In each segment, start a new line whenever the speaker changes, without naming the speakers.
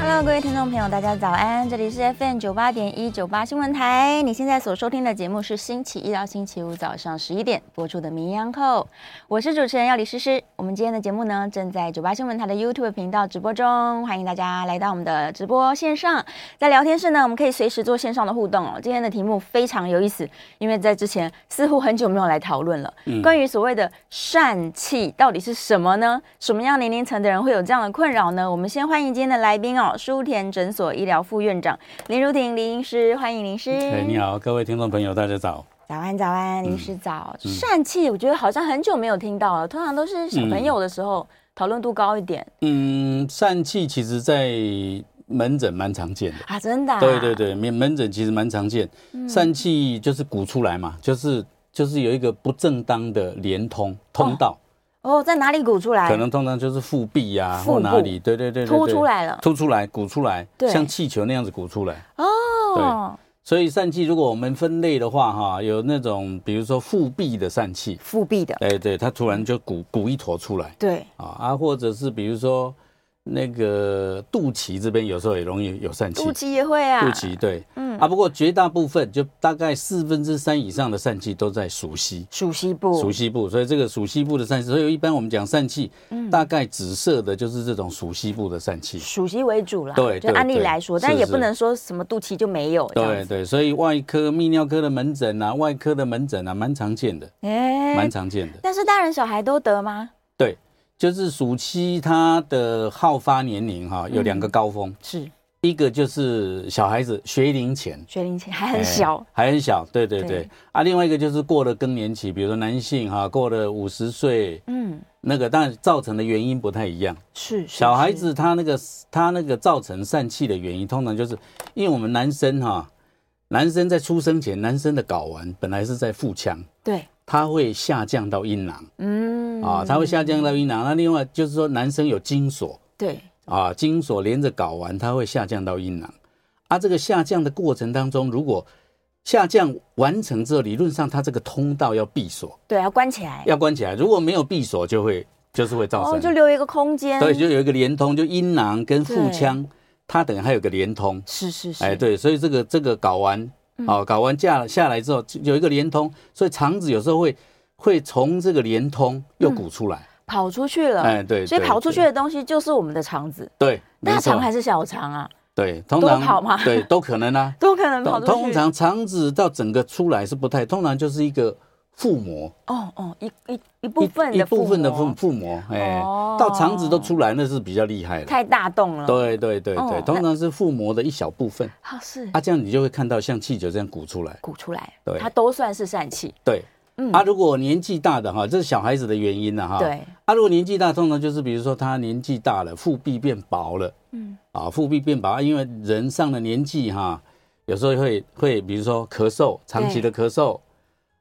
Hello，各位听众朋友，大家早安！这里是 FM 九八点一九八新闻台，你现在所收听的节目是星期一到星期五早上十一点播出的《名医央叩》，我是主持人要李诗诗。我们今天的节目呢，正在九八新闻台的 YouTube 频道直播中，欢迎大家来到我们的直播线上。在聊天室呢，我们可以随时做线上的互动哦。今天的题目非常有意思，因为在之前似乎很久没有来讨论了，关于所谓的疝气到底是什么呢？什么样年龄层的人会有这样的困扰呢？我们先欢迎今天的来宾哦，舒田诊所医疗副院长林如婷林医师，欢迎林医师。
哎，你好，各位听众朋友，大家早。
早安，早
嗯
安，林师早。疝气，我觉得好像很久没有听到了，通常都是小朋友的时候讨论度高一点
嗯，疝气其实在门诊蛮常见的。
啊，真的、啊。嗯
对对，对，门门诊其实蛮常见。疝气就是鼓出来嘛，就是就是有一个不正当的连通通道，
哦，在哪里鼓出来？
可能通常就是腹壁呀、
腹
或哪
部
里，对对对对
凸
对
出来了
凸出来，鼓出来
对，
像气球那样子鼓出来。
哦，
所以疝气如果我们分类的话，哈，有那种比如说腹壁的疝气，
腹壁的，
哎，对，它突然就鼓鼓一坨出来。
对，
啊啊，或者是比如说那个肚脐这边有时候也容易有疝气，
肚脐也会啊，
肚脐对，嗯啊，不过绝大部分就大概四分之三以上的疝气都在属膝。
属膝部，
属膝部，所以这个属膝部的疝气，所以一般我们讲疝气，
嗯
大概紫色的就是这种属膝部的疝气。
属膝为主啦，
对
就
对
案例来说，
对
但也
是
不能说什么肚脐就没有这
对
样子，
对，所以外科、泌尿科的门诊啊，外科的门诊啊，蛮常见的，蛮
哎，
常见的。
但是大人小孩都得吗？
对，就是暑期它的好发年龄哈、有
嗯
两个高峰，
是
一个就是小孩子学龄前，
学龄前还很小
哎，还很小，对对对
对
啊。另外一个就是过了更年期，比如说男性哈、过了五十岁，
嗯，
那个当然造成的原因不太一样。
是是
小孩
是
子他那个他那个造成疝气的原因，通常就是因为我们男生哈、男生在出生前，男生的睾丸本来是在腹腔，
对，
它会下降到阴囊
嗯，
啊，它会下降到阴囊。那另外就是说，男生有精索，
对，
啊，精索连着睾丸，它会下降到阴囊。啊，这个下降的过程当中，如果下降完成之后，理论上它这个通道要闭锁，
对，要关起来，
要关起来。如果没有闭锁，就会就是会造
哦，
成，
就留一个空间，
所以就有一个连通，就阴囊跟腹
对
腔，它等于还有个连通。
是是是，嗯
哎，，对，所以这个这个睾丸，啊，睾丸架下来之后就有一个连通，所以肠子有时候会会从这个连通
嗯
又鼓出来。
跑出去了，
哎对
所以
对
跑出去
对
的东西就是我们的肠子，
对，没
大
错
肠还是小肠啊，
对，通
多
常
跑吗
对都可能啊。
都可能跑
通
出去，
通常肠子到整个出来是不太，通常就是一个腹膜，
哦哦，一一一
一
部分的
一部分的
腹
腹
膜
腹膜，哎、
哦
到肠子都出来那是比较厉害的。
太大洞了，
对对对对，
哦
通常是腹膜的一小部分，
啊是
啊，这样你就会看到像气球这样鼓出来。
鼓出来，
对
它都算是疝气，嗯
对，啊，如果年纪大的哈，这是小孩子的原因了、哈。
对，
啊，如果年纪大，通常就是比如说他年纪大了，腹壁变薄了，嗯，啊，腹壁变薄，啊因为人上了年纪哈，有时候会会比如说咳嗽，长期的咳嗽，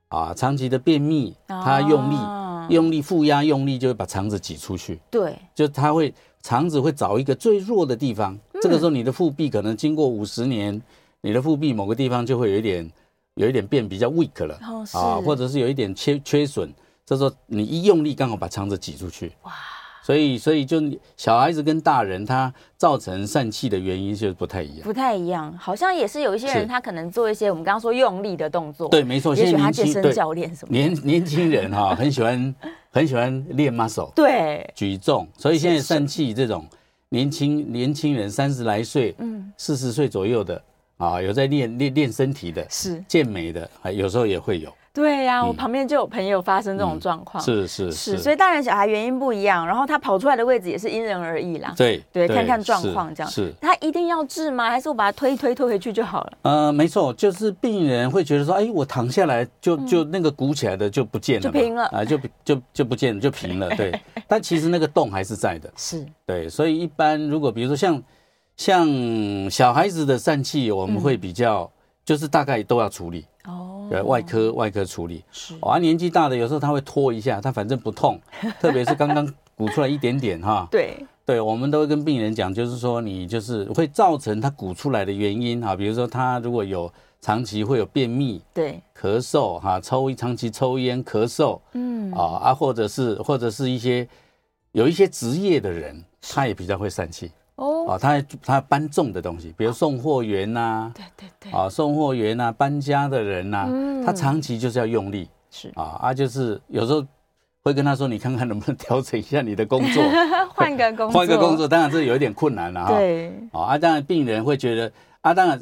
啊，长期的便秘，他用力、
哦
用力负压用力就会把肠子挤出去，
对，
就他会肠子会找一个最弱的地方，这个时候你的腹壁可能经过五十年，你的腹壁某个地方就会有一点有一点变比较 weak 了、
哦是
啊，或者是有一点缺缺损，这时候你一用力刚好把肠子挤出去，哇，所以所以就小孩子跟大人他造成疝气的原因就是不太一样。
不太一样，好像也是有一些人
是
他可能做一些我们刚刚说用力的动作，
对，，没错，
也
现
许
在
他
年
健
轻
身
对
教练什么的，
年年轻人哈、很喜欢 很喜欢练 muscle。
对，
举重，所以现在
是是
疝气这种年轻年轻人三十来岁，嗯，四十岁左右的啊，有在练练练身体的，
是，
健美的，啊，有时候也会有，
对呀、
嗯
我旁边就有朋友发生这种状况，
是是
是，所以大人小孩原因不一样，然后他跑出来的位置也是因人而异啦，
对
对，看看状况
是
这样，
是。
他一定要治吗？还是我把他推一推推回去就好了，
呃，没错，就是病人会觉得说，哎，我躺下来就就那个鼓起来的就不见了嘛，
嗯就平了
啊，就就就不见了，就平 了，对。但其实那个洞还是在的，
是，
对，所以一般如果比如说像像小孩子的疝气，我们会比较、就是大概都要处理，
嗯哦，
对，外科外科处理。
是，
哦、啊，年纪大的有时候他会拖一下，他反正不痛，特别是刚刚鼓出来一点点哈，
对，
对，我们都会跟病人讲，就是说你就是会造成他鼓出来的原因啊，比如说他如果有长期会有便秘、
对，
咳嗽哈、抽长期抽烟、咳嗽
嗯，
啊啊，或者是或者是一些有一些职业的人，他也比较会散气
哦，
啊，他他搬重的东西，比如送货员呐、
对对对，
啊，送货员呐、搬家的人呐、
嗯
他长期就是要用力
是
啊啊，就是有时候会跟他说，你看看能不能调整一下你的工 作，
换个工作，
换一个工，作，当然这有一点困难了哈。
对，
哦，啊，当然病人会觉得啊，当然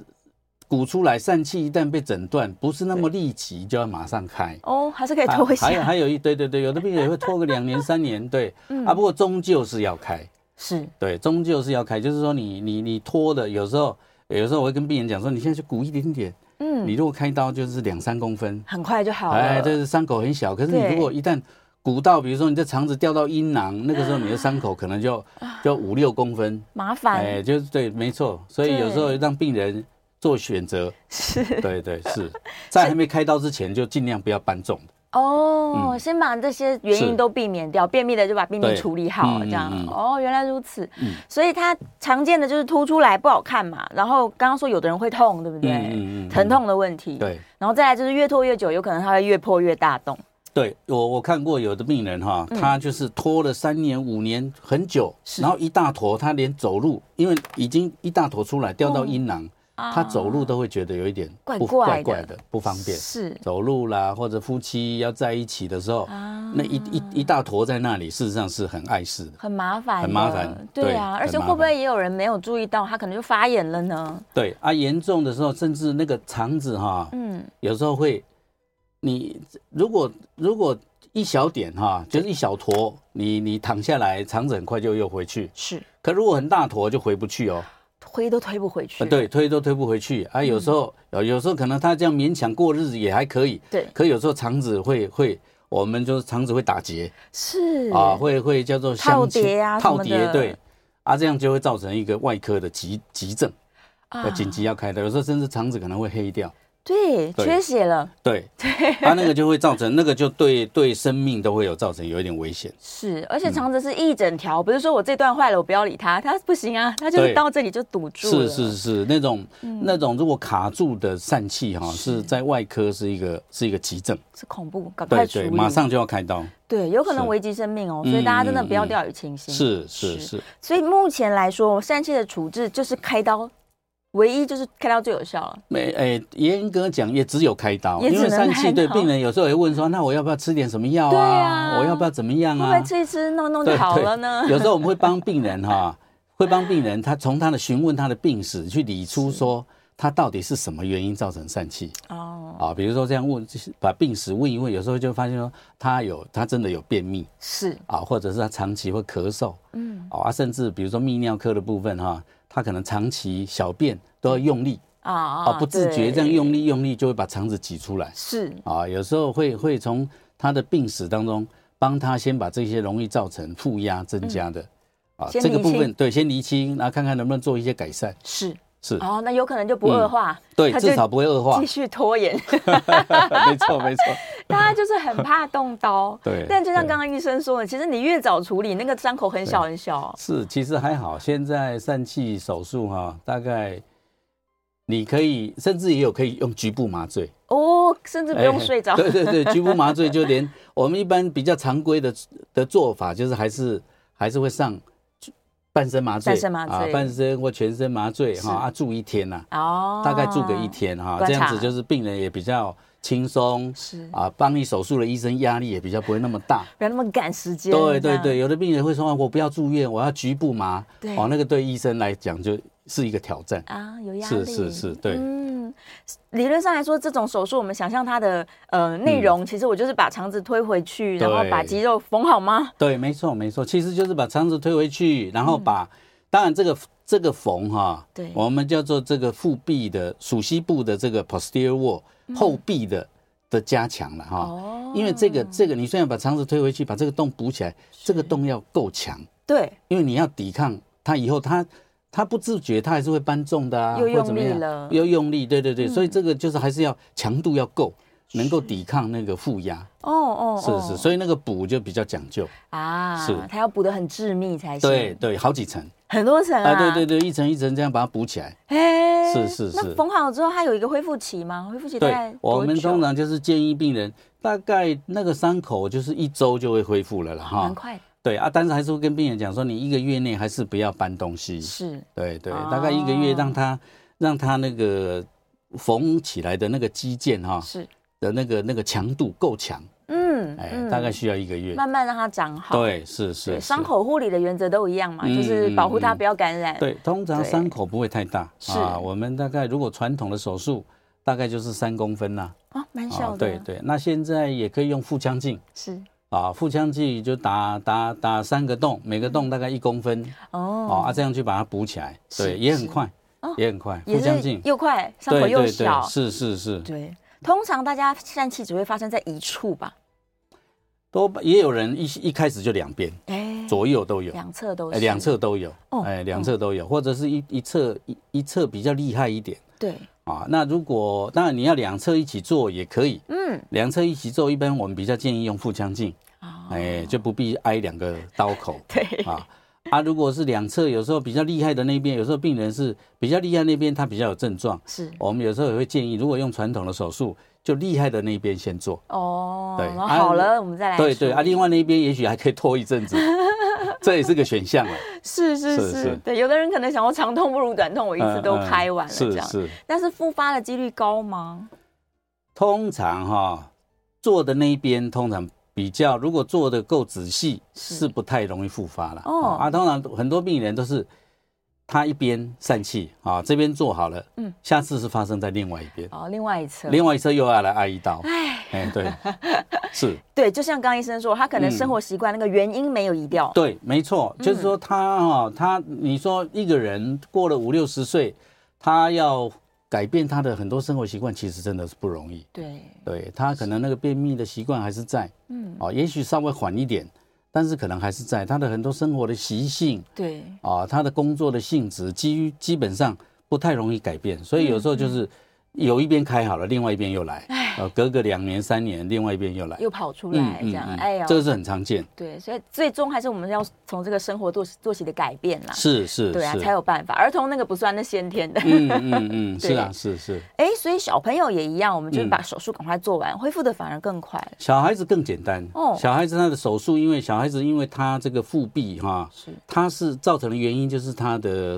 鼓出来疝气一旦被诊断，不是那么立即就要马上开。
哦，还是可以
啊
拖一
还有
下，
还有一对对对，有的病人也会拖个两年三年，对
嗯
啊，不过终究是要开，
是，
对，终究是要开，就是说你你你拖的，有时候有时候我会跟病人讲说，你现在去鼓一点点，
嗯
你，如果开刀就是两三公分，
很快就好了，
哎，这是伤口很小，可是你
对
如果一旦鼓到，比如说你的肠子掉到阴囊，那个时候你的伤口可能就
啊
就五六公分，
麻烦
哎，就是对，没错。所以有时候让病人做 选择，
是
对对 是，在还没开刀之前就尽量不要搬重的。
哦，
嗯
先把这些原因
是
都避免掉，便秘的就把便秘
对
处理好，
嗯嗯
这样
嗯
哦，原来如此
嗯，
所以它常见的就是凸出来不好看嘛，然后刚刚说有的人会痛，对不对？
嗯
疼。痛的问题，，
对
然后再来就是越拖越久，有可能它会越破越大洞，
对，我我看过有的病人哈，他就是拖了三年五年很久，
嗯是
然后一大坨，他连走路，因为已经一大坨出来掉到阴囊，他走路都会觉得有一点
哦啊怪
不
怪的
怪怪的，不方便。
是
走路啦，或者夫妻要在一起的时候，
啊，
那一一一大坨在那里，事实上是很碍事的。
很麻烦的，
很麻烦
对
对
啊，
很
而且会
麻
不
烦
会也有人没有注意到，它可能就发炎了呢？
对啊，严重的时候甚至那个肠子哈、
嗯，
有时候会，你如果如果一小点哈、就是一小坨，你你躺下来，肠子很快就又回去。
是
可如果很大坨就回不去哦，
推都推不回去，
呃，对，推都推不回去啊。有时候有
嗯
有时候可能他这样勉强过日子也还可以，
对，
可有时候肠子会会，我们就是肠子会打结
是
啊，会会叫做相
套
亲
叠啊什
套
么
叠
的
对，啊，这样就会造成一个外科的急急症，
啊
要紧急要开刀，有时候甚至肠子可能会黑掉。
对，
对
缺血了，
对，它那个就会造成，那个就对对生命都会有造成有一点危险。
是，
嗯
而且肠子是一整条，不是说我这段坏了我不要理它，它不行啊，它就是啊嗯
对
到这里就堵住了。
是是是，那种、那种如果卡住的疝气哈，是在外科是一个是一个急症，
是恐怖，赶快
对
处
对，
理，
马上就要开刀。
对，有可能
是
危及生命哦，所以大家真的不要
嗯嗯嗯
掉以轻心。，
是
是
是是，
所以目前来说，疝气的处置就是开刀，唯一就是开刀最有效了。
没诶，严格讲也只有开刀，
也
因
只
为
能
疝气对
开刀
病人有时候也问说，那我要不要吃点什么药
对
啊？
啊
我要不要怎么样
会不
啊
会？吃一吃弄一弄就
对
好
对
了呢？
有时候我们会帮病人哈、会帮病人他从他的询问他的病史去理出说他到底是什么原因造成疝气。
哦，
啊，比如说这样问，就是把病史问一问，有时候就发现说他有他真的有便秘
是，
啊，或者是他长期会咳嗽
嗯，
啊，甚至比如说泌尿科的部分哈、他可能长期小便都要用力
啊啊
啊，不自觉这样
对
用力用力就会把肠子挤出来
是
啊，有时候会会从他的病史当中帮他先把这些容易造成负压增加的、啊
嗯先
这个
厘
部
清
分对先厘清，然后看看能不能做一些改善，
是，
是
哦，那有可能就不恶化，
对，
他就
至少不会恶化
继，续拖延。
没错没错，
大家就是很怕动刀。
对
但就像
对
刚刚医生说的，其实你越早处理，那个伤口很小很小。哦
是，其实还好。现在疝气手术哈、大概你可以，甚至也有可以用局部麻醉，
哦，甚至不用
哎
睡着。
对对对，局部麻醉就连我们一般比较常规的的做法，就是还是还是会上半身麻醉，
半身麻醉
啊，半身或全身麻醉哈
是
啊，住一天呐、
哦，
大概住个一。天哈、
观
这样
察
子就是病人也比较轻松
是，
啊，帮你手术的医生压力也比较不会那么大。
不要那么赶时间。
对
这
对
样
对，，有的病人会说，啊我不要住院，我要局部麻。
对
哦，那个对医生来讲就是一个挑战。
啊，有压力。
是是是，对，
嗯，理论上来说，这种手术我们想象它的呃内容，其实我就是把肠子推回去，然后
嗯对
把肌肉缝好吗？
对，没错没错，其实就是把肠子推回去，然后把，当然这个这个缝哈、
嗯对
我们叫做这个腹壁的属膝部的这个 posterior wall 后壁的、的加强了哈、
嗯哦
因为这个这个你虽然把肠子推回去，把这个洞补起来，这个洞要够强，
对，
因为你要抵抗它以后它。它不自觉，它还是会搬重的啊，
又
或怎么
用力
样
了嗯
又用力，对对对，所以这个就是还是要强度要够，能够抵抗那个负压，
哦哦，
是是，所以那个补就比较讲究，
啊，
是
它要补得很致密才行，
对，对，好几层
很多层啊，
啊，对对对，一层一层这样把它补起来。
哎，
是是是
那缝好之后，它有一个恢复期吗？恢复期大概
对，我们
多久
通常就是建议病人大概那个伤口就是一周就会恢复了了
蛮
哈。
快的，
对啊，但是还是会跟病人讲说，你一个月内还是不要搬东西。
是
对对，
哦
大概一个月让它让它那个缝起来的那个肌腱哈
是，
的那个那个强度够强，
嗯，
哎，
嗯
大概需要一个月。
慢慢让它长好，
对，是是
对，
是
伤。口护理的原则都一样嘛，
嗯
就是保护它
嗯
不要感染，
对，通常
对
伤口不会太大啊
是
我们大概如果传统的手术大概就是三公分啦、
啊，蛮小的，
对，对，那现在也可以用腹腔镜
是
啊，腹腔镜就打打打三个洞，每个洞大概一公分、哦
哦，
啊，这样去把它补起来，
是
对，也
是哦
很快，也很快，
也
腹腔
是
镜。
又快，伤口
对
又
对对
小，，
是是是，
对，通常大家疝气只会发生在一处吧，
都也有人一一开始就两边
哎，
左右都有，
两侧都
哎，
是，
两侧都有
哦，
哎，两侧都有，或者是一一侧一一侧比较厉害一点
对，
啊。那如果当然你要两侧一起做也可以，
嗯，
两侧一起做，一般我们比较建议用腹腔镜，
啊，
哎，就不必挨两个刀口
对，
啊。啊，如果是两侧，有时候比较厉害的那边，有时候病人是比较厉害那边，他比较有症状，
是
我们有时候也会建议，如果用传统的手术，就厉害的那边先做。
哦，
对
然后
啊
好了，我们再来
对对
处
啊，
理
另外那边也许还可以拖一 阵子，这也是个选项啊。
是是
是
是
是，
对，有的人可能想说长痛不如短痛，我一次都开完了
嗯嗯
这样，
是是，
但是复发的几率高吗？
通常哈、做的那一边通常比较，如果做的够仔细，
是
是不太容易复发了。
哦
啊，通常很多病人都是他一边疝气啊，这边做好了，
嗯
嗯，下次是发生在另外一边，
哦，另外一侧，
另外一侧又要来挨一刀。
哎，
哎， 对，是
对，就像刚刚医生说，他可能
嗯
生活习惯那个原因没有移掉，
对，没错，
嗯
就是说他哈、他你说一个人过了五六十岁，他要改变他的很多生活习惯，其实真的是不容易。
对，
对他可能那个便秘的习惯还是在，
嗯，
哦，也许稍微缓一点，但是可能还是在他的很多生活的习性
对，
啊，他的工作的性质，基于基本上不太容易改变，所以有时候就是
嗯
有一边开好了，另外一边又来，呃，隔个两年三年，另外一边又来，
又跑出
嗯
来这样，哎呀，
这个是很常见，
对，所以最终还是我们要从这个生活作息作息的改变啦，
是是
对啊，才
是，
有办法。儿童那个不算，那先天的。
嗯嗯嗯，
对
是啊是是，
哎，所以小朋友也一样，我们就是
嗯
把手术赶快做完，恢复的反而更快了。
小孩子更简单
哦
小孩子他的手术，因为小孩子因为他这个腹壁哈，
是
他是造成的原因就是他的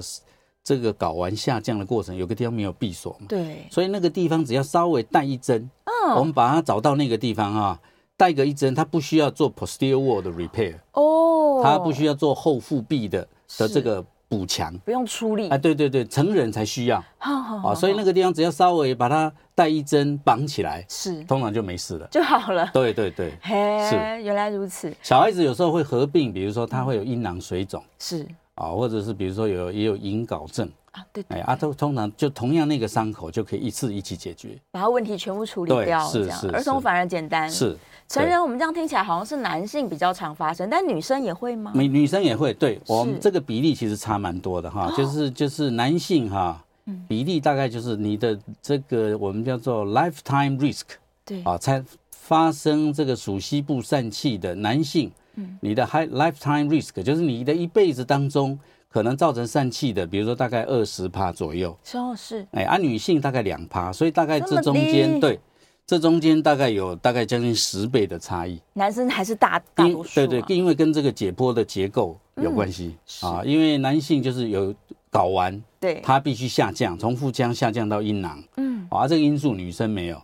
这个睾丸下降的过程，有个地方没有闭锁嘛，
对，
所以那个地方只要稍微带一针，
嗯
我们把它找到那个地方啊，带个一针，它不需要做 posterior wall 的 repair，、
哦，
它不需要做后腹壁的的
是
这个补强。
不用出力
啊，对对对，成人才需要啊，
啊
所以那个地方只要稍微把它带一针绑起来，
是
通常就没事了。
就好了。
对对对，
嘿，
是
原来如此，
小孩子有时候会合并，比如说他会有阴囊水肿
是
啊，或者是比如说有也有隐睾症，
啊，对，
哎，啊，通通常就同样那个伤口就可以一次一起解决。
把它问题全部处理
对
掉，
是
这样
是
儿童
是
反而简单。
是，
成
对
人，我们这样听起来好像是男性比较常发生，但女生也会吗？
女女生也会，对我
啊是哦
们这个比例其实差蛮多的哈，就是就是男性哈，
嗯
比例大概就是你的这个我们叫做 lifetime risk
对，
啊，才发生这个属膝部疝气的男性，
嗯
你的 high lifetime risk 就是你的一辈子当中可能造成疝气的，比如说大概二十趴左右，
说哦是
哎，啊，女性大概两趴，所以大概
这么
这中
低
间对，这中间大概有大概将近十倍的差异。
男生还是大大
因
多数、啊，嗯
对对，因为跟这个解剖的结构有关系、啊，因为男性就是有睾丸，
对
它必须下降，从腹腔下降到阴囊，
嗯，
啊，这个因素女生没有，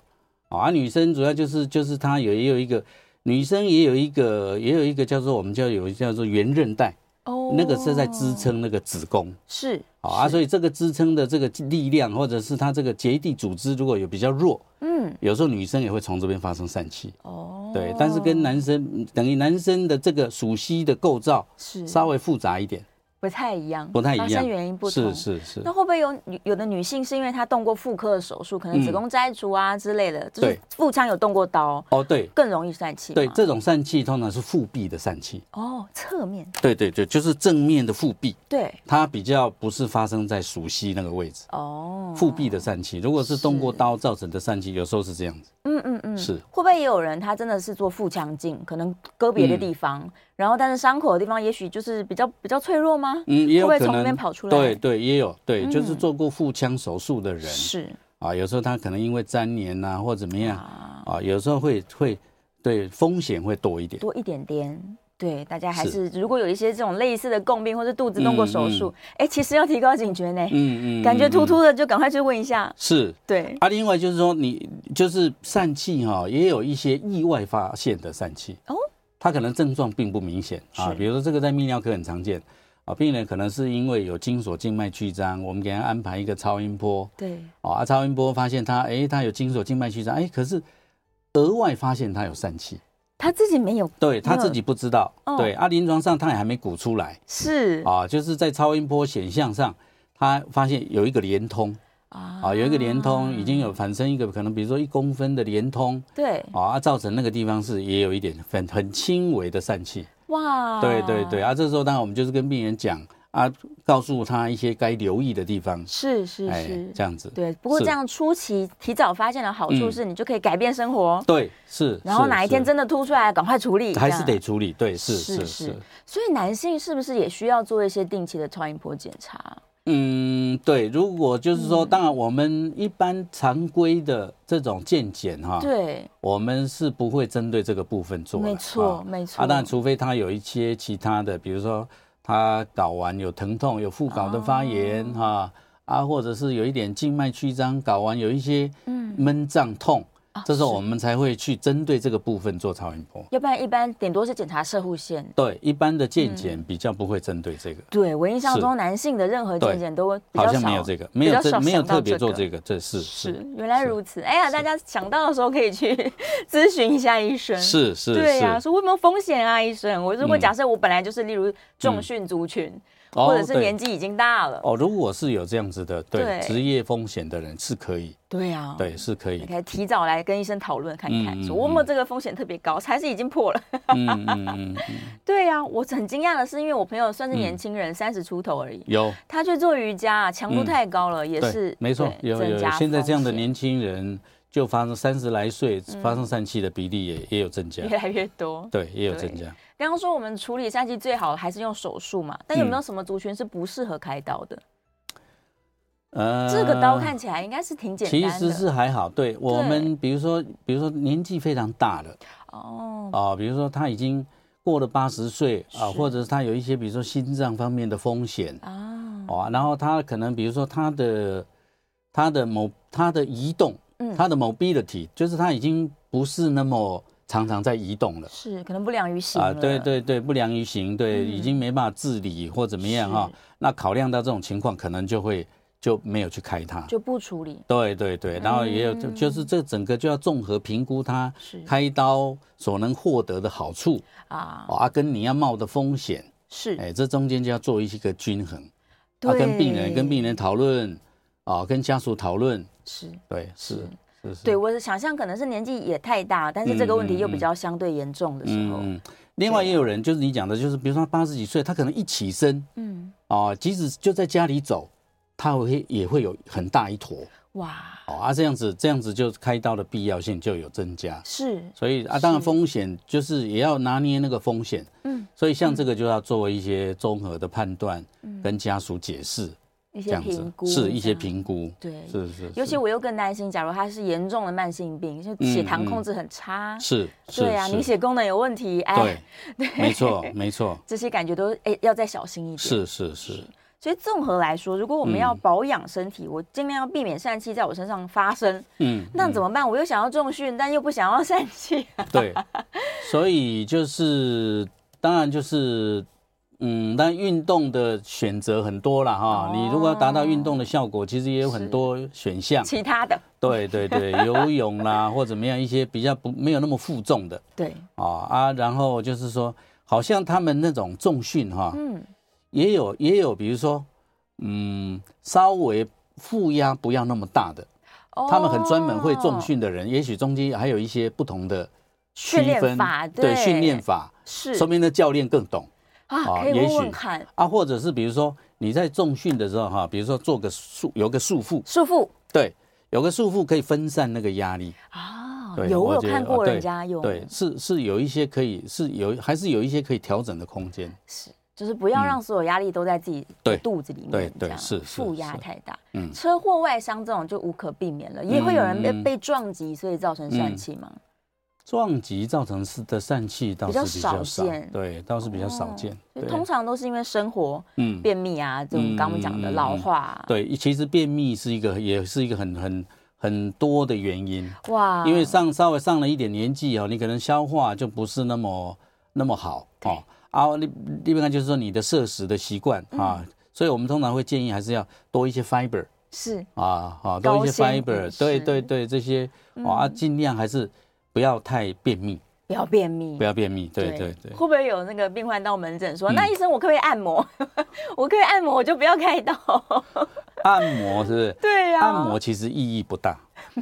啊，女生主要就是就是她有也有一个。女生也有一个，也有一个叫做我们叫有叫做圆韧带，
哦
那个是在支，撑那个子宫。
是
好啊，
以
所以这个支撑的这个力量，或者是它这个结缔组织如果有比较弱，
嗯，
有时候女生也会从这边发生疝气。
哦，
对，但是跟男生嗯等于男生的这个属膝的构造
是
稍微复杂一点，
不太一样，
不太一
发生
样，
原因不同，
是是是
那，会不会有女有的女性是因为她动过妇科的手术，可能
嗯
子宫摘除啊之类的，就是
对
腹腔有动过刀，
哦对
更容易疝气吗？
对，这种疝气通常是腹壁的疝气，
哦，侧面
对对对，就是正面的腹壁，
对
它比较不是发生在属膝那个位置，
哦，
腹壁的疝气，如果是动过
是
刀造成的疝气，有时候是这样子，
嗯嗯嗯，
是
会不会也有人他真的是做腹腔镜，可能割别的地
嗯
方，然后但是伤口的地方也许就是比较比较脆弱吗？
嗯，也有
会
可
不会从那
能
边跑出来
对对，也有对，就是
嗯
做过腹腔手术的人
是
啊，有时候他可能因为粘连呐、或怎么样
啊，
啊，有时候会会对风险会多一点。
多一点点。对，大家还是
是
如果有一些这种类似的共病，或是肚子动过手术
嗯，
哎、其实要提高警觉呢。
嗯
感觉突
嗯
突的就赶快去问一下。
是
对，
啊，另外就是说你就是疝气哈，也有一些意外发现的疝气
哦
哦，它可能症状并不明显啊
是，
比如说这个在泌尿科很常见啊，病人可能是因为有精索静脉曲张，我们给他安排一个超音波
对，
哦啊，超音波发现他诶，他有精索静脉曲张，诶，可是额外发现他有疝气，
他自己没有
对他
没有
自己不知道
嗯哦，
对啊，临床上他也还没鼓出来
是
啊，就是在超音波显像上，他发现有一个连通。
啊
啊，有一个连通已经有产生一个可能，比如说一公分的连通
对
啊，啊造成那个地方是也有一点很很轻微的疝气。
哇，
对对对，啊，这时候当然我们就是跟病人讲啊，告诉他一些该留意的地方，
是是是，
哎这样子。
对。不过
是
这样初期提早发现的好处
嗯
是，你就可以改变生活，
对是，
然后
是
哪一天
是
真的凸出来，赶快处理，
还
这
是
样
得。处理。对，是
是
是
是
是，
所以男性是不是也需要做一些定期的超音波检查？
嗯，对。如果就是
嗯
说，当然我们一般常规的这种健检哈，
对，
我们是不会针对这个部分啊做啦，
没错
啊
没错
啊，当然，除非他有一些其他的，比如说他睾丸有疼痛、有副睾的发炎
哦
哈、啊，或者是有一点静脉曲张，睾丸有一些
嗯
闷胀痛，
啊
这时候
是
我们才会去针对这个部分做超音波。
要不然一般顶多是检查射护线。
对，一般的健检比较不会针对这个，
对我印象
是
中，男性的任何
对
健检都比较
好
少，
像没有这个，
比
没有
较
这
少
没有
想到
特别做
个
这个，这是是
是，原来如此。哎呀，大家想到的时候可以去 咨询一下医生。，
是是
对呀、
是，
说有没有风险啊，医生？我如果
嗯哦
假设我本来就是，例如重训族群，或者是
对
年纪已经大了，
哦，如果是有这样子的
对
对职业风险的人是可以，
对呀、啊，，
对是可以
你可以提早来跟医生讨论看看，
嗯
说
嗯
我有没有这个风险特别高，还是已经破了？
嗯嗯嗯，嗯，
对呀、我很惊讶的是，因为我朋友算是
嗯
年轻人，三十、出头而已。
有，
他去做瑜伽，啊强度
嗯
太高了，也是
对，没错，
对
有
增
有
加
有。现在这样的
风险嗯
年轻人，就发生三十来岁发生疝气的比例也也有增加，
越来越多。
对，也有
对
增加。
刚刚说我们处理疝气最好还是用手术嘛，但有没有
嗯
什么族群是不适合开刀的？
呃
这个刀看起来应该是挺简单
其
的，
实是还好，对我们比如说比如说年纪非常大了
哦，
啊，比如说他已经过了八十岁啊，
是
或者是他有一些比如说心脏方面的风险
啊，
啊，然后他可能比如说他的他的某他的移动，
嗯
他的 mobility 就是他已经不是那么常常在移动了。
是可能不良于行
啊，
了嗯
对，对对，不良于行，对，已经没办法治理或怎么样哈、那考量到这种情况，可能就会就没有去开它。
就嗯不处理
对对对，然后也有、就就是这整个就要综合评估它
是
开刀所能获得的好处
啊，
哦啊，跟你要冒的风险，
是，
哎，这中间就要做一些个均衡，
对，
啊，跟病人跟病人讨论，啊，跟家属讨论，
是。
对，是是是，
对，我的想象可能是年纪也太大，但是这个问题又比
嗯嗯
较相对严重的时候，啊
嗯。另外也有人就是你讲的，就是比如说他八十几岁，他可能一起身，
嗯，
啊，即使就在家里走，它会也会有很大一坨
哇，
哦啊，这样子这样子就开刀的必要性就有增加，
是
所以啊，当然
是
风险就是也要拿捏那个风险，
嗯，嗯
所以像这个就要做一些综合的判断，跟家属解释
一
这
些
样子
评估，
是一些
这样，
评估，
对
是是，
尤其
是嗯
我又更担心，假如他是严重的慢性病，就血糖控制很差，
是是
对啊，
是
凝血功能有问题，哎
对，，没 错没错，
这些感觉都哎要再小心一点。
是是是，
所以综合来说，如果我们要
嗯
保养身体，我尽量要避免疝气在我身上发生，
嗯，
那
嗯
怎么办？我又想要重训，但又不想要疝 气、
对，所以就是当然就是，嗯，但运动的选择很多了哈。你如果要达到运动的效果，其实也有很多选 项。
其他 的，
对对对，游泳啦或怎么样一些比较不没有那么负重的
对，
啊啊，然后就是说，好像他们那种重训哈，
嗯，
也有也有，比如说，嗯，稍微负压不要那么大的，他们很专门
哦
会重训的人，也许中间还有一些不同的区
训练
分
法对
对训练法，
哦是
说明那教练更懂
啊，
啊
可以
也
问问
许
看，
啊，或者是比如说你在重训的时候哈、比如说做个束有个束缚，
束缚
对，有个束缚可以分散那个压力
啊，啊
对
有我有
觉得
看
啊
过人
对
家用
对，是是有一些可以是有还是有一些可以调整的空间。
是，就是不要
嗯
让所有压力都在自己
对
肚子里面，
对
这
对
样
是是
负压
是
太大。
嗯，
车祸外伤这种就无可避免了，也会有人被、
嗯
被撞击，所以造成疝气吗？
撞击造成是的疝气倒
比
是
较
比较
少
少
见，
对，倒是比较少
哦
见。
就
对
通常都是因为生活
嗯
便秘啊，这种刚刚我们讲的老化、啊
对，其实便秘是一个也是一个很很很多的原因，
哇，
因为上稍微上了一点年纪哦，你可能消化就不是那么那么好哦。啊，另另外就是说你的摄食的习惯
嗯
啊，所以我们通常会建议还是要多一些 fiber
是
啊，好、
高
多一些
纤嗯饮
fiber，
食
对对对，这些、哦啊，尽量还是不要太便秘，
不要便秘，
不要便秘，对对对
会。不会有那个病患到门诊说，
嗯
那医生我可不可以按摩？ 我可不可以按摩，我就不要开刀。
按摩是不是？
对呀、
按摩其实意义不大，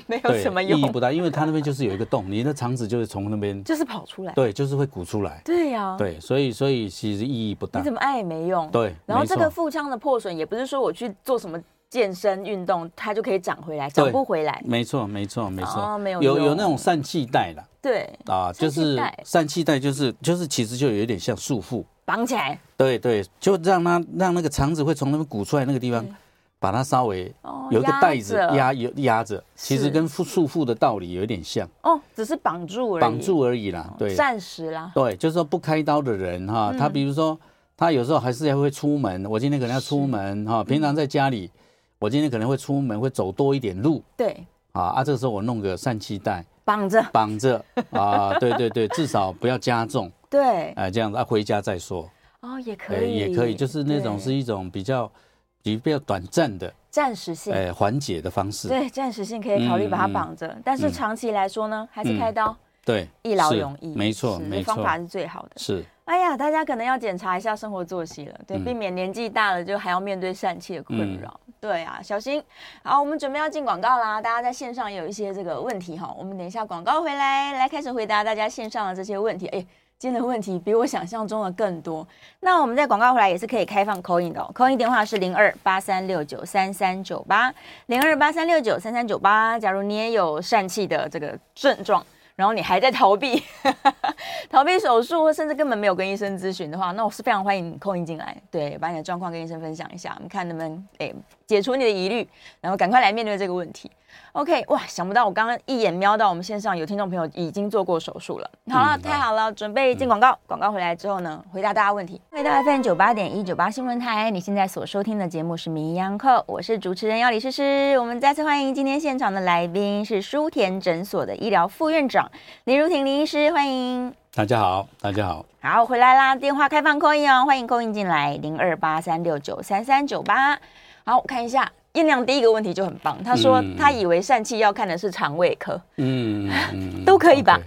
没 有
对
什么，
意义
用
不，大，因为它那边就是有一个洞，你的肠子就是从 那边，
就是跑出来。
对，就是会鼓出来，
对呀、，
对，所以所以其实意义不
哦你
大
怎，么按也没用。
对
然后
没
这
错
个腹腔的破损，也不是说我去做什么健身运动，它就可以长回来，长
对
不回来。
没错没错没错，
哦没有
有
用
有那种疝气带啦，
对，
啊，就
疝气
是
带
疝气带就是就是其实就有一点像束缚，
绑起来。
对对，就让它让那个肠子会从那边鼓出来那个地方，把它稍微
哦
有一个
压
带子
着
压有压着，其
是
实跟束束缚的道理有一点像，
哦，只是绑住而已，
绑住而已
哦
啦，对，
暂时啦。
对，就是说不开刀的人哈，
嗯
他比如说他有时候还是要会出门，我今天可能要出门
嗯
哈，平常在家里，我今天可能会出门，会走多一点路
对，
啊啊，这个时候我弄个疝气带
绑着。
绑着啊， 对对对，至少不要加重，
对，
哎、这样子啊，回家再说，
哦，也可
哎
以，
也可以，就是那种
对
是一种比较比较短暂的
暂时性。
哎缓解的方式，
对，暂时性可以考虑把它
嗯嗯
绑着，但是
嗯
长期来说呢，还是
嗯
开刀
对，
一劳
是
永逸。
没错
是
没
这方
错
法是最好的。
是
哎呀，大家可能要检查一下生活作息了，对，
嗯
避免年纪大了就还要面对疝气的困扰。对啊，小心。好，我们准备要进广告啦，大家在线上也有一些这个问题哈，我们等一下广告回来，来开始回答大家线上的这些问题。哎。今天的问题比我想象中的更多。那我们在广告回来也是可以开放扣印的、哦，扣印电话是零二八三六九三三九八零二八三六九三三九八。假如你也有疝气的这个症状，然后你还在逃避，逃避手术，或甚至根本没有跟医生咨询的话，那我是非常欢迎你扣音进来，对，把你的状况跟医生分享一下，我们看能不能诶、解除你的疑虑，然后赶快来面对这个问题。OK，哇，想不到我刚刚一眼瞄到我们线上有听众朋友已经做过手术了。好了，太好了，准备进广告，广告回来之后呢，回答大家问题。回到 FM 九八点一九八新闻台，你现在所收听的节目是《名医央叩》，我是主持人要李诗诗。我们再次欢迎今天现场的来宾是舒田诊所的医疗副院长林如婷林医师，欢迎。
大家好，大家好，
好，回来啦！电话开放扣印哦，欢迎扣印进来，零二八三六九三三九八。好，我看一下燕亮第一个问题就很棒，他说
嗯
他以为疝气要看的是肠胃科，
嗯，嗯
都可以吧？
OK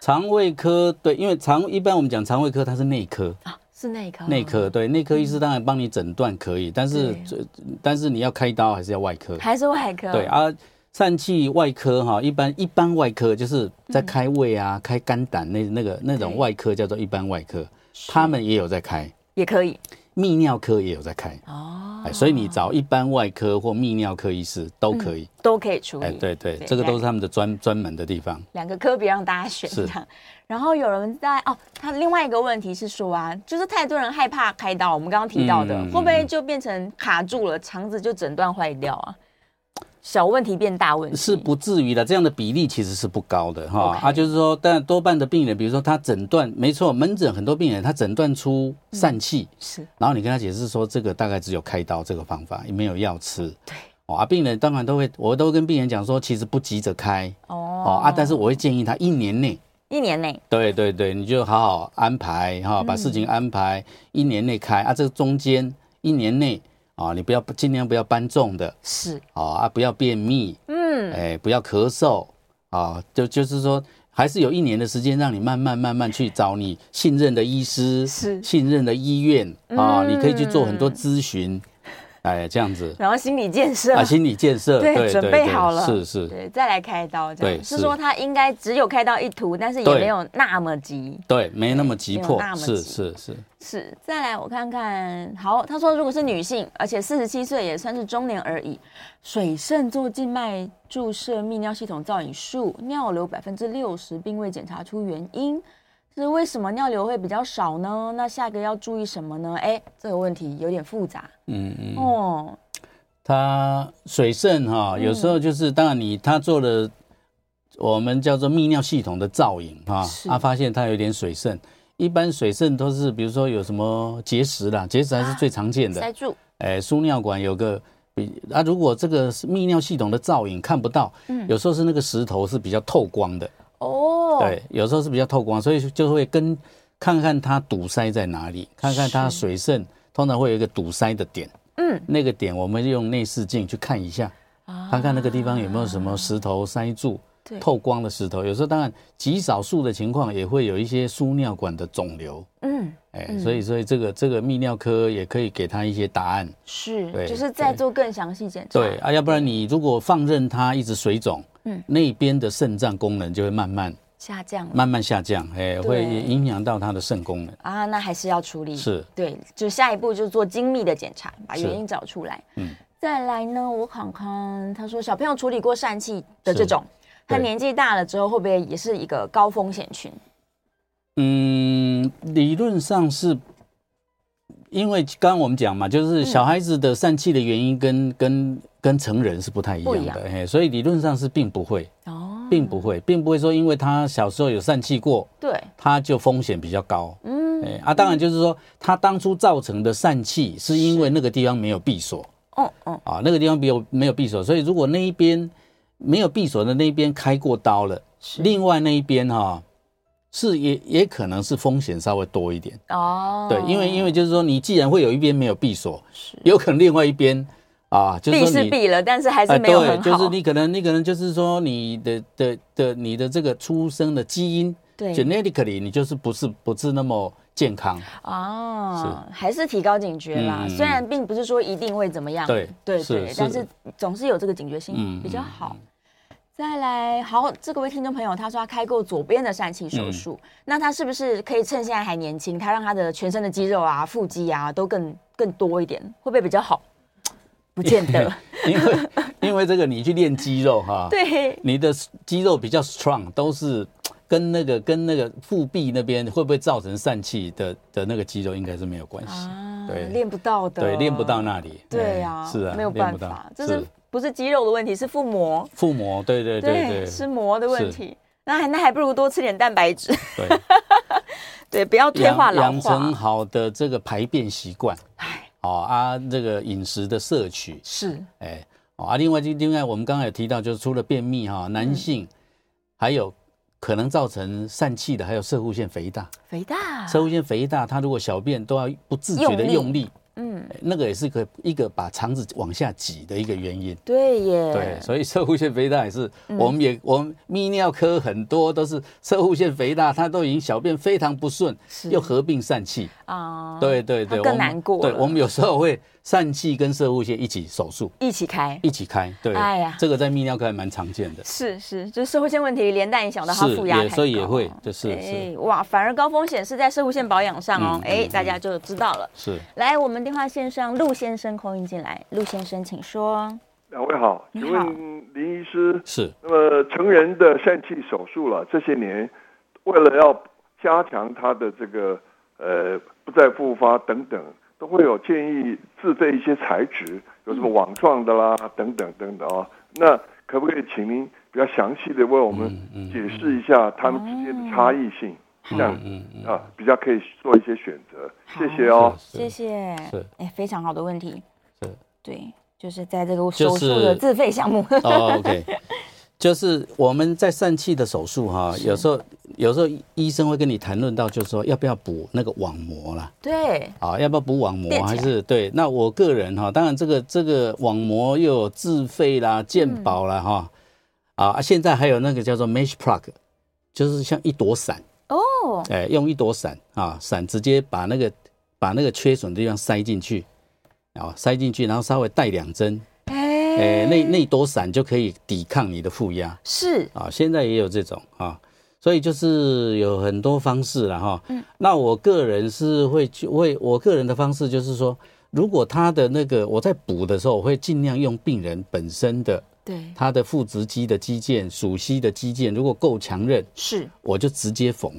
肠胃科对，因为肠一般我们讲肠胃科它是内科，
是内科
内科对内科医师当然帮你诊断可以，但是
对
这但是你要开刀还是要外科？
还是外科？
对，啊，疝气外科哈，一般一般外科就是在开胃啊、开肝胆那那个那
嗯
种
对
外科叫做一般外科，他们也有在开，
也可以
泌尿科也有在开，
哦，
哎，所以你找一般外科或泌尿科医师都可以，
都可以处理。
哎，对对，这个都是他们的专专门的地方，
两个科别让大家选
是
这样。然后有人在哦，他另外一个问题是说啊，就是太多人害怕开刀，我们刚刚提到的，
嗯
会不会就变成卡住了，肠子就诊断坏掉啊？小问题变大问题
是不至于的，这样的比例其实是不高的哈。
嗯 OK
啊，就是说，但多半的病人，比如说他诊断没错，门诊很多病人他诊断出
嗯
疝气，
是
然后你跟他解释说这个大概只有开刀这个方法，也没有药吃。
对
哦啊，病人当然都会，我都跟病人讲说，其实不急着开
哦
哦啊，但是我会建议他一年内，
一年内
对对对，你就好好安排哈、
嗯
把事情安排，一年内开啊，这个中间一年内啊，你不要尽量不要搬重的
是
啊啊，不要便秘，
嗯
哎，不要咳嗽啊，就就是说，还是有一年的时间让你慢慢慢慢去找你信任的医师，
是
信任的医院啊，
嗯
你可以去做很多咨询哎，这样子
然后心理建设
啊，心理建设，
对
对，
准
对
备
对
好了
是是，
对，再来开刀这样，
对
是
是
说他应该只有开刀一途，但是也
对
没有那么急。
对，没那么急
没有
迫
那，么
是
急
是是，
是，再来我看看，好，他说如果是女性，而且四十七岁也算是中年而已，水肾做静脉注射泌尿系统造影术，尿流百分之六十，并未检查出原因，是为什么尿流会比较少呢？那下一个要注意什么呢？哎，这个问题有点复杂
嗯嗯。
哦，
它水肾哈、有时候就是当然你它做了我们叫做泌尿系统的造影哈，
是
他、发现它有点水肾。一般水肾都是比如说有什么结石啦，结石还是最常见的。
塞住，
哎，输尿管有个比啊，如果这个是泌尿系统的造影看不到，有时候是那个石头是比较透光的，
哦，
对，有时候是比较透光，所以就会跟看看它堵塞在哪里，看看它
是
水肾通常会有一个堵塞的点，
嗯，啊
那个点我们用内视镜去看一下，看看那个地方有没有什么石头塞住。
对
透光的石头，有时候当然极少数的情况也会有一些输尿管的肿瘤，
嗯，
哎、所以所以这个这个泌尿科也可以给他一些答案。
是，
对
就是再
对
做更详细检查，
对啊，要不然你如果放任它一直水肿，嗯，那边的肾脏功能就会慢慢
下降了
慢慢下降，哎、会
对
影响到它的肾功能。
啊，那还是要处理，
是
对，就下一步就做精密的检查，把
是
原因找出来。
嗯
再来呢，我看看，他说小朋友处理过疝气的这种，他
对
年纪大了之后会不会也是一个高风险群？
嗯，理论上是，因为刚刚我们讲嘛，
嗯
就是小孩子的疝气的原因跟、跟跟成人是不太一
不
样
一
的，
样
哎、所以理论上是并不会，
哦，
并不会，并不会说因为他小时候有疝气过，
对，
他就风险比较高。
嗯，
哎啊，当然就是说，他当初造成的疝气是因为那个地方没有闭锁
哦哦，
啊，那个地方没有没有闭锁，所以如果那一边没有闭锁的那一边开过刀了，另外那一边哈、是也也可能是风险稍微多一点。
哦，
对，因为因为就是说，你既然会有一边没有闭锁，
是
有可能另外一边啊，就是
避
说
是
你
避了，但是还是
哎
没有很
对，
好，
就是你可能你可能就是说你的的的你的这个出生的基因
对
genetically 你就是不是不是那么健康，
哦，还是提高警觉啦。
嗯嗯
虽然并不是说一定会怎么样，
对
对
是
对，
是
但是总是有这个警觉性
嗯
比较
嗯
好。再来，好，这个位听众朋友他说他开过左边的疝气手术，
嗯
那他是不是可以趁现在还年轻，他让他的全身的肌肉啊、腹肌啊都更更多一点，会不会比较 好？不见得，
因为 因为这个你去练肌肉哈，，
对，
你的肌肉比较 strong 都是。跟那个跟那个腹壁那边会不会造成疝气的的那个肌肉应该是没有关系，
啊
对
练不到的，
对，练不到。那里。
对
哎
呀、
是啊，
没有
练
办
不到
法，这是不是肌肉的问题，是腹膜。
腹膜，对对对对
是膜的问
是
题。那还那还不如多吃点蛋白质，
对，
对，不要退
养
化老
养
化。
成好的这个排便习惯，
哎，
哦啊，这个饮食的摄取，
是
哎，哦啊，另外就另外我们刚才有提到，就是除了便秘哈、
嗯
男性、还有可能造成疝气的，还有射护腺肥大。
肥大，
射护腺肥大，它如果小便都要不自觉的
啊用
用力，嗯，那个也是个一个把肠子往下挤的一个原因。
对嗯耶，
对， 所以射护腺肥大也是，我们也我们泌尿科很多都是射护腺肥大，它都已经小便非常不顺，又合并疝气。
啊，
对对
它
对，我
更
们
难过
对，
了
我们有时候会疝气跟射护腺一起手术，
一起开，
一起开。对，
哎呀
这个在泌尿科还蛮常见的。
是是，就是社会性问题连带影响到他
是
负压
也
太
所以也
高
会就是
哎哇，反而高风险是在社会线保养上哦，
嗯
哎，
嗯
大家就知道了。
是，
来，我们电话线上陆先生空音进来，陆先生请说。
两位好，
你
请
好
问林医师，
是，
那么成人的疝气手术了，这些年为了要加强他的这个呃不再复发等等，都会有建议自备一些材质，有什
嗯
么网状的啦等等等等啊。那可不可以请您比较详细的为我们
嗯哦
解释一下它们之间的差异性，这样
嗯嗯，
啊比较可以做一些选择。谢谢哦。
是
谢谢
是，
哎，非常好的问题
是，
对，就是在这个
就
手术的
是
自费项目，
哦，OK，就是我们在疝气的手术哈，有时候有时候医生会跟你谈论到，就是说要不要补那个网膜啦，
对，
啊，要不要补网膜
垫起来
还是对？那我个人哈，当然这个这个网膜又有自费
嗯
啦、健保啦哈，啊，现在还有那个叫做 mesh plug，就是像一朵伞，
哦，
哎，用一朵伞啊，伞直接把那个把那个缺损的地方塞进去，啊，塞进去，然后稍微带两针，
哎、
诶、那那朵伞就可以抵抗你的负压
是
啊。现在也有这种啊，所以就是有很多方式了哈。嗯，那我个人是会去会，我个人的方式就是说，如果他的那个我在补的时候，我会尽量用病人本身的
对，
他的腹直肌的肌腱、属膝的肌腱，如果够强韧，
是
我就直接缝。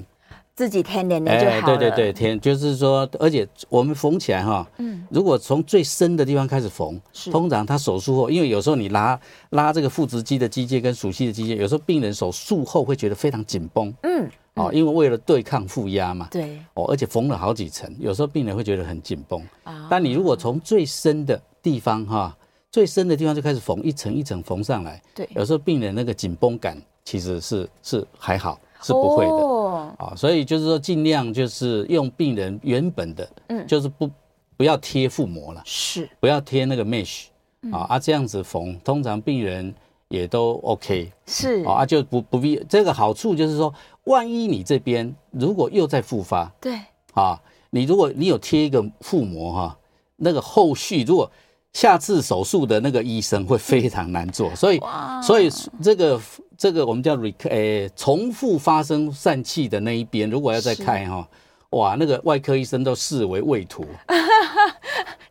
自己天然的就好了。
哎对对对，填就是说，而且我们缝起来哈，嗯，如果从最深的地方开始缝，
是
通常他手术后，因为有时候你拉拉这个腹直肌的肌腱跟鼠膝的肌腱，有时候病人手术后会觉得非常紧绷，
嗯，
哦，因为为了对抗负压嘛，
对
哦，而且缝了好几层，有时候病人会觉得很紧绷。
啊
但你如果从最深的地方哈，最深的地方就开始缝，一层一层缝上来，
对
有时候病人那个紧绷感其实是是还好，是不会的。
哦
啊，所以就是说尽量就是用病人原本的，
嗯
就是不不要贴腹膜了，
是
不要贴那个 mesh
嗯
啊啊这样子缝，通常病人也都 OK
是、
啊啊就不不必这个好处就是说，万一你这边如果又在复发
对，
啊，你如果你有贴一个腹膜哈、那个后续如果下次手术的那个医生会非常难做，所以
哇
所以这个这个我们叫 rec 诶、重复发生疝气的那一边，如果要再
是
开哈、哇，那个外科医生都视为畏途。
哎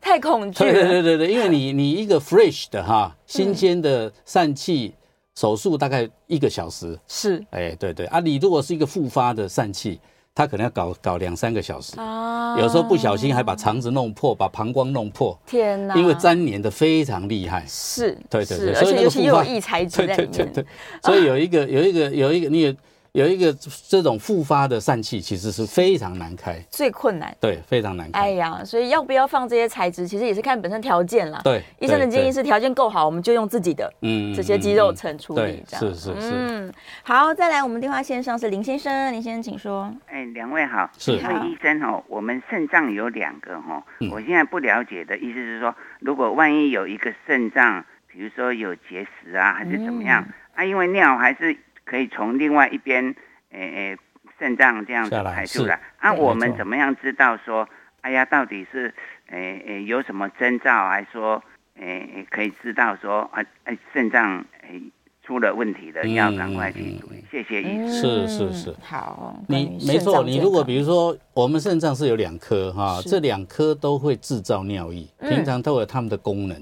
太恐惧
对
了。
对对对对，因 为你你一个 fresh 的哈，新鲜的疝气手术大概一个小时，
是
哎、对对啊，你如果是一个复发的疝气，他可能要搞搞两三个小时，
啊
有时候不小心还把肠子弄破，把膀胱弄破，
天哪，
因为粘连的非常厉害。
啊是，
对对对，
是而
所以
且
那
尤
个
其
复
又有
发
异材质
对
在
对
里
对
面
对， 所以有一个有一个有一个你有有一个这种复发的疝气，其实是非常难开，
最困难。
对，非常难
哎
开。
呀，所以要不要放这些材质，其实也是看本身条件啦。
对
医生的
对
建议
对
是条件够好，我们就用自己的
嗯
这些肌肉
嗯嗯
层处理
对，，
这样。
是是是
嗯，好，再来，我们电话线上是林先生，林先生请说。
哎，两位好，
是嗯
请问医生哦，我们肾脏有两个哦，我现在不了解的意思是说，如果万一有一个肾脏，比如说有结石啊，还是怎么样、啊，因为尿还是可以从另外一边，诶、诶，肾脏这样子
下来
排出
是
来啊，
对
我
没
们
错
怎么样知道说，哎呀，到底是诶诶、有什么征兆，还说诶、诶可以知道说啊哎肾脏诶、出了问题
嗯
了，要赶快去处理。谢谢医生。
是是是
嗯好，关于
你没
肾脏
错，你
健
如果
康
比如说我们肾脏是有两颗哈，
是嗯
这两颗都会制造尿液，平常都有它们的功能。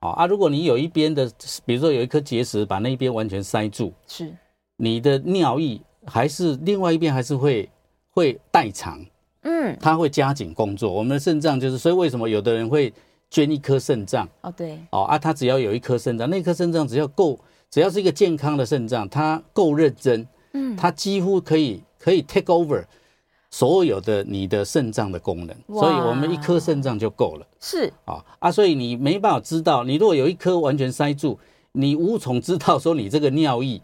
哦啊，如果你有一边的，比如说有一颗结石，把那一边完全塞住，
是
你的尿液还是另外一边还是会会代偿，
嗯
它会加紧工作。我们的肾脏就是，所以为什么有的人会捐一颗肾脏
哦对
哦啊，他只要有一颗肾脏，那颗肾脏只要够，只要是一个健康的肾脏，它够认真，
嗯
它几乎可以可以 take over 所有的你的肾脏的功能，
哇
所以我们一颗肾脏就够了
是
啊啊，所以你没办法知道，你如果有一颗完全塞住，你无从知道说你这个尿液。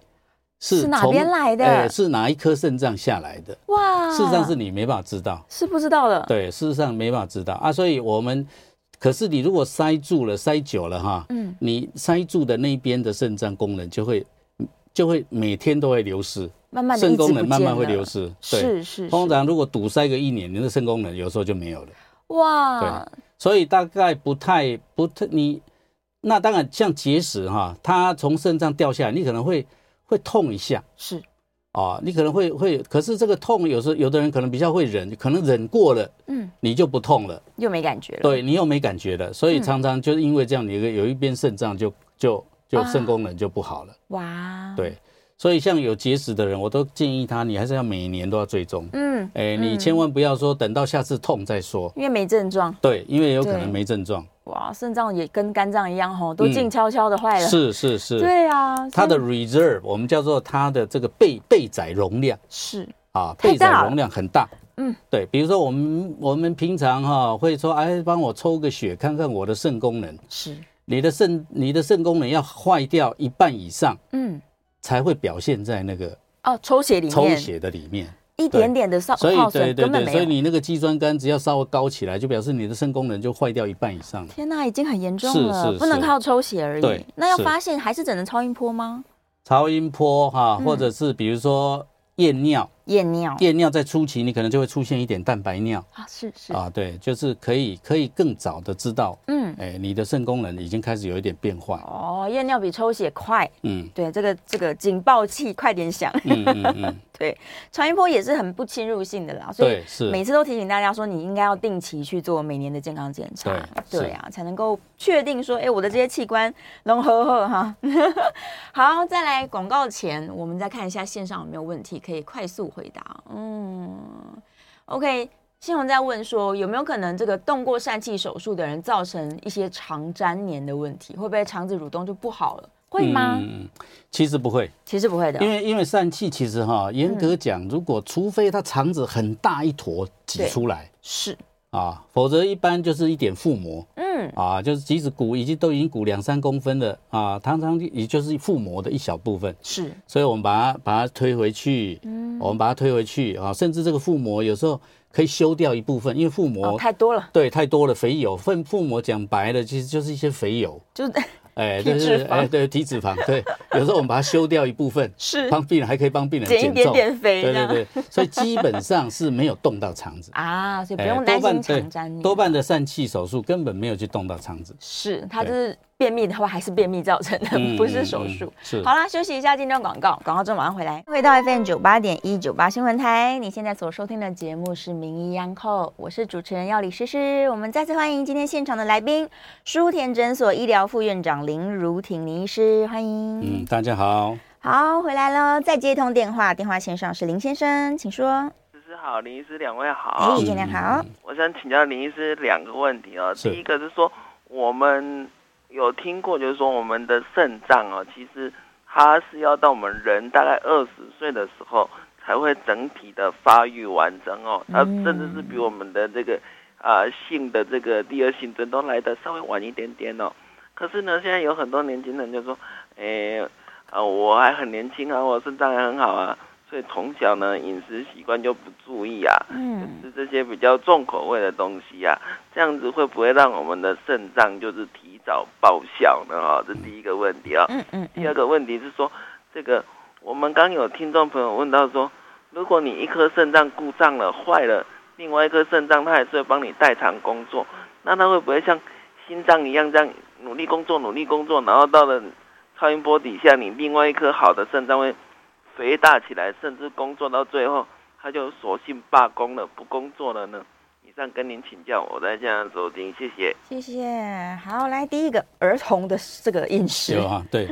是哪
从
边来的啊
呃是哪一颗肾脏下来的？
哇，
事实上是你没办法知道，
是不知道的，
对，事实上没办法知道啊。所以我们，可是你如果塞住了、塞久了哈，
嗯，
你塞住的那边的肾脏功能就会就会每天都会流失，
慢慢的
肾功能慢慢会流，失，对。
是是
通
是
常如果堵塞个一年，你的肾功能有时候就没有了，
哇，
所以大概不太不太你那当然像结石哈，它从肾脏掉下来，你可能会会痛一下，
是
哦，你可能会会，可是这个痛有时候有的人可能比较会忍，可能忍过了，
嗯，
你就不痛了，
又没感觉了，
对你又没感觉了，所
嗯
以常常就是因为这样，你的有一边肾脏就就就
啊
肾功能就不好了，
哇，，
对，所以像有结石的人，我都建议他，你还是要每年都要追踪，
嗯，
哎，你
嗯
千万不要说等到下次痛再说，
因为没症状，
对，因为有可
对
能没症状，
哇，肾脏也跟肝脏一样吼，都
嗯
静悄悄的坏了，，
是是是，
对啊，
它的
所以
reserve 我们叫做它的这个备备载容量。
是
啊，
太
备载
大了
容量很大。
嗯，
对，比如说我们我们平常哈、会说，哎，帮我抽个血，看看我的肾功能。
是，
你的肾你的肾功能要坏掉一半以上，
嗯，
才会表现在那个
哦，抽血里面
抽血的里面。
一点点的少
所以
耗
对
损
对
根本
对，所以
没有，
你那个肌酸酐只要稍微高起来，就表示你的肾功能就坏掉一半以上了。
天呐，已经很严重
是
了，
是
不能
是
靠抽血而已
对。
那要
是
发现还是只能超音波吗？嗯
超音波哈、或者是比如说验尿，
夜尿
夜尿在初期，你可能就会出现一点蛋白尿
啊，是是
啊，对，就是可以可以更早的知道，
嗯，
哎，你的肾功能已经开始有一点变坏，
哦，夜尿比抽血快，
嗯
对，这个这个警报器快点响，
嗯嗯嗯，
对，超音波也是很不侵入性的啦，所以
对，是，
每次都提醒大家说，你应该要定期去做每年的健康检查，
对
对啊，才能够确定说，哎，我的这些器官融合合哈。 好，再来广告前，我们再看一下线上有没有问题可以快速回答。嗯，OK，新红在问说，有没有可能这个动过疝气手术的人造成一些肠粘连的问题？会不会肠子蠕动就不好了？会吗？啊
嗯嗯嗯其实不会，
其实不会的
因，为因为疝气其实哈，严
嗯
格讲，如果除非它肠子很大一坨挤
对
出来
是，
啊，否则一般就是一点腹膜
嗯，
啊，就是即使鼓已经都已经鼓两三公分了啊，常常也就是腹膜的一小部分，
是，
所以我们把它把它推回去，
嗯
我们把它推回去啊，甚至这个腹膜有时候可以修掉一部分，因为腹膜、
哦，太多了，
对太多了肥油，腹腹膜讲白了其实就是一些肥油，
就是
哎，
体
就
脂
是
肪。
哎对体脂肪，对，有时候我们把它修掉一部分
是
帮病人还可以帮病人
减一
减
点
重，
点肥，
对
这样，
对对，所以基本上是没有动到肠子
啊， 所以不
哎
用
多
担
半
心
对
肠粘连。
多半的疝气手术根本没有去动到肠子，
是它就
对
是便秘的话，还是便秘造成的，
嗯
不是手术。
嗯是
好啦，休息一下，今天广告，广告之后马上回来。回到 FM 九八点一九八新闻台，你现在所收听的节目是《名医央叩》，我是主持人药理诗诗。我们再次欢迎今天现场的来宾，舒田诊所医疗副院长林如婷林医师，欢迎。
嗯，大家好，
好，回来了，再接一通电话，电话线上是林先生，请说。
医师好，林医师两位
哎、
好，
尽量
嗯
好。
我想请教林医师两个问题哦。
是
第一个是说，我们有听过，就是说我们的肾脏哦，其实它是要到我们人大概二十岁的时候才会整体的发育完整哦，它
嗯
甚至是比我们的这个啊、性的这个第二性征都来的稍微晚一点点哦。可是呢，现在有很多年轻人就说，诶、啊，我还很年轻啊，我肾脏还很好啊，所以从小呢饮食习惯就不注意啊，
嗯，
吃这些比较重口味的东西啊，这样子会不会让我们的肾脏就是提早报销呢？哈、这第一个问题啊、
嗯嗯
第
嗯，
二个问题是说，这个我们刚有听众朋友问到说，如果你一颗肾脏故障了、坏了，另外一颗肾脏它还是会帮你代偿工作，那它会不会像心脏一样这样努力工作、努力工作，然后到了超音波底下，你另外一颗好的肾脏会肥大起来，甚至工作到最后，它就索性罢工了，不工作了呢？以上跟您请教，我在这样收听，谢谢。
谢谢。好，来第一个儿童的这个饮食
有，啊， 对，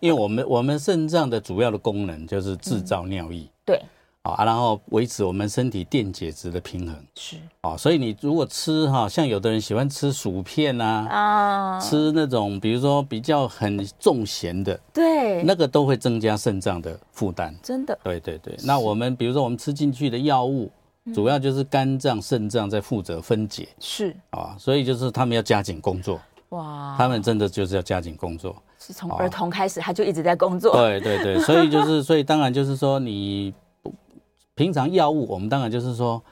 因为我们我们肾脏的主要的功能就是制造尿液。
对，
啊，然后维持我们身体电解质的平衡
是
啊，所以你如果吃哈、像有的人喜欢吃薯片啊，
啊，
吃那种比如说比较很重咸的，
对，
那个都会增加肾脏的负担。
真的
对对对，那我们比如说我们吃进去的药物，主要就是肝脏、肾脏在负责分解
是
啊，所以就是他们要加紧工作，
哇，
他们真的就是要加紧工作。
是从儿童开始他就一直在工 作，
对对对，所以就是所以当然就是说你不平常药物，我们当然就是说。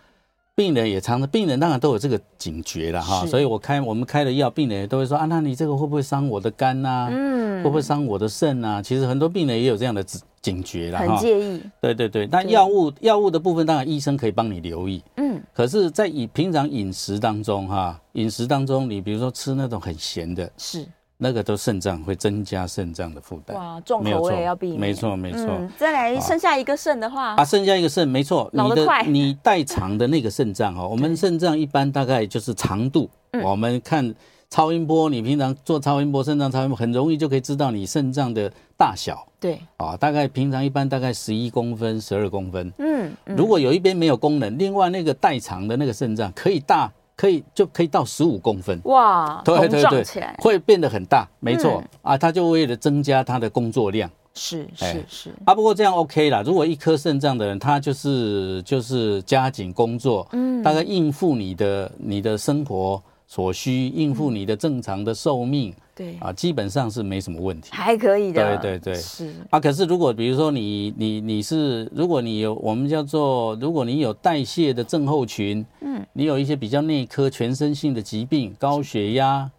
病人也常常，病人当然都有这个警觉了哈，
是
所以我开我们开的药，病人也都会说啊，那你这个会不会伤我的肝呐、
嗯
会不会伤我的肾啊？其实很多病人也有这样的警警觉了
很
哈。
介意，
对对对，那
对
药物药物的部分，当然医生可以帮你留意。
嗯，
可是，在以平常饮食当中，哈，饮食当中，你比如说吃那种很咸的，
是
那个都肾脏会增加肾脏的负担。
哇，重
没有
口
错
味要避免，
没错没错。
嗯，再来
啊
剩下一个肾的话
啊，，剩下一个肾，没错，
老
你
得快
的你代偿的那个肾脏哦，我们肾脏一般大概就是长度，
嗯
我们看超音波，你平常做超音波，肾脏超音波很容易就可以知道你肾脏的大小
对，
啊，大概平常一般大概十一公分、十二公分，
嗯，嗯
如果有一边没有功能，另外那个代偿的那个肾脏可以大，可以就可以到十五公分，
哇，
对
膨
对
胀
对
起来，，
会变得很大，没错、
嗯
啊，它就为了增加它的工作量
是
哎
是是，
啊。不过这样 OK 啦，如果一颗肾脏的人，他就是就是加紧工作，
嗯
大概应付你的你的生活所需，应付你的正常的寿命、
嗯对，
啊，基本上是没什么问题。
还可以的，
对对对
是，
啊，可是如果比如说你你你是，如果你有我们叫做，如果你有代谢的症候群，
嗯，
你有一些比较内科全身性的疾病，高血压、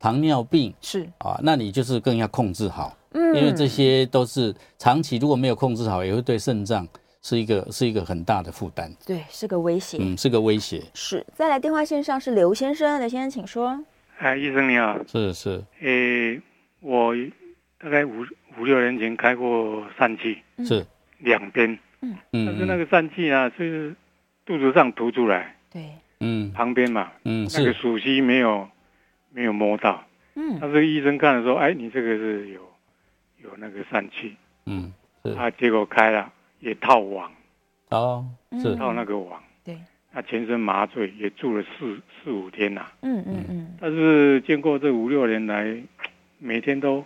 糖尿病
是，
啊，那你就是更要控制好，
嗯
因为这些都是长期如果没有控制好，也会对肾脏是一个是一个很大的负担，
对，是个威胁。
嗯，是个威胁，
是。再来电话线上是刘先生，刘先生请说。
哎，医生你好，
是是
诶、我大概五五六年前开过疝气，
嗯
是，
两边，但
嗯
是那
嗯
个疝气啊，就是肚子上凸出来，
对，
嗯
旁边嘛，
嗯
那
是，
个鼠息没有没有摸到，
嗯
但是医生看了说，哎，你这个是有有那个疝气，
嗯是，
啊，结果开了也套网，
哦是
嗯
套那个网，
对，
他全身麻醉也住了四四五天啊呐、
嗯嗯嗯，
但是经过这五六年来，每天都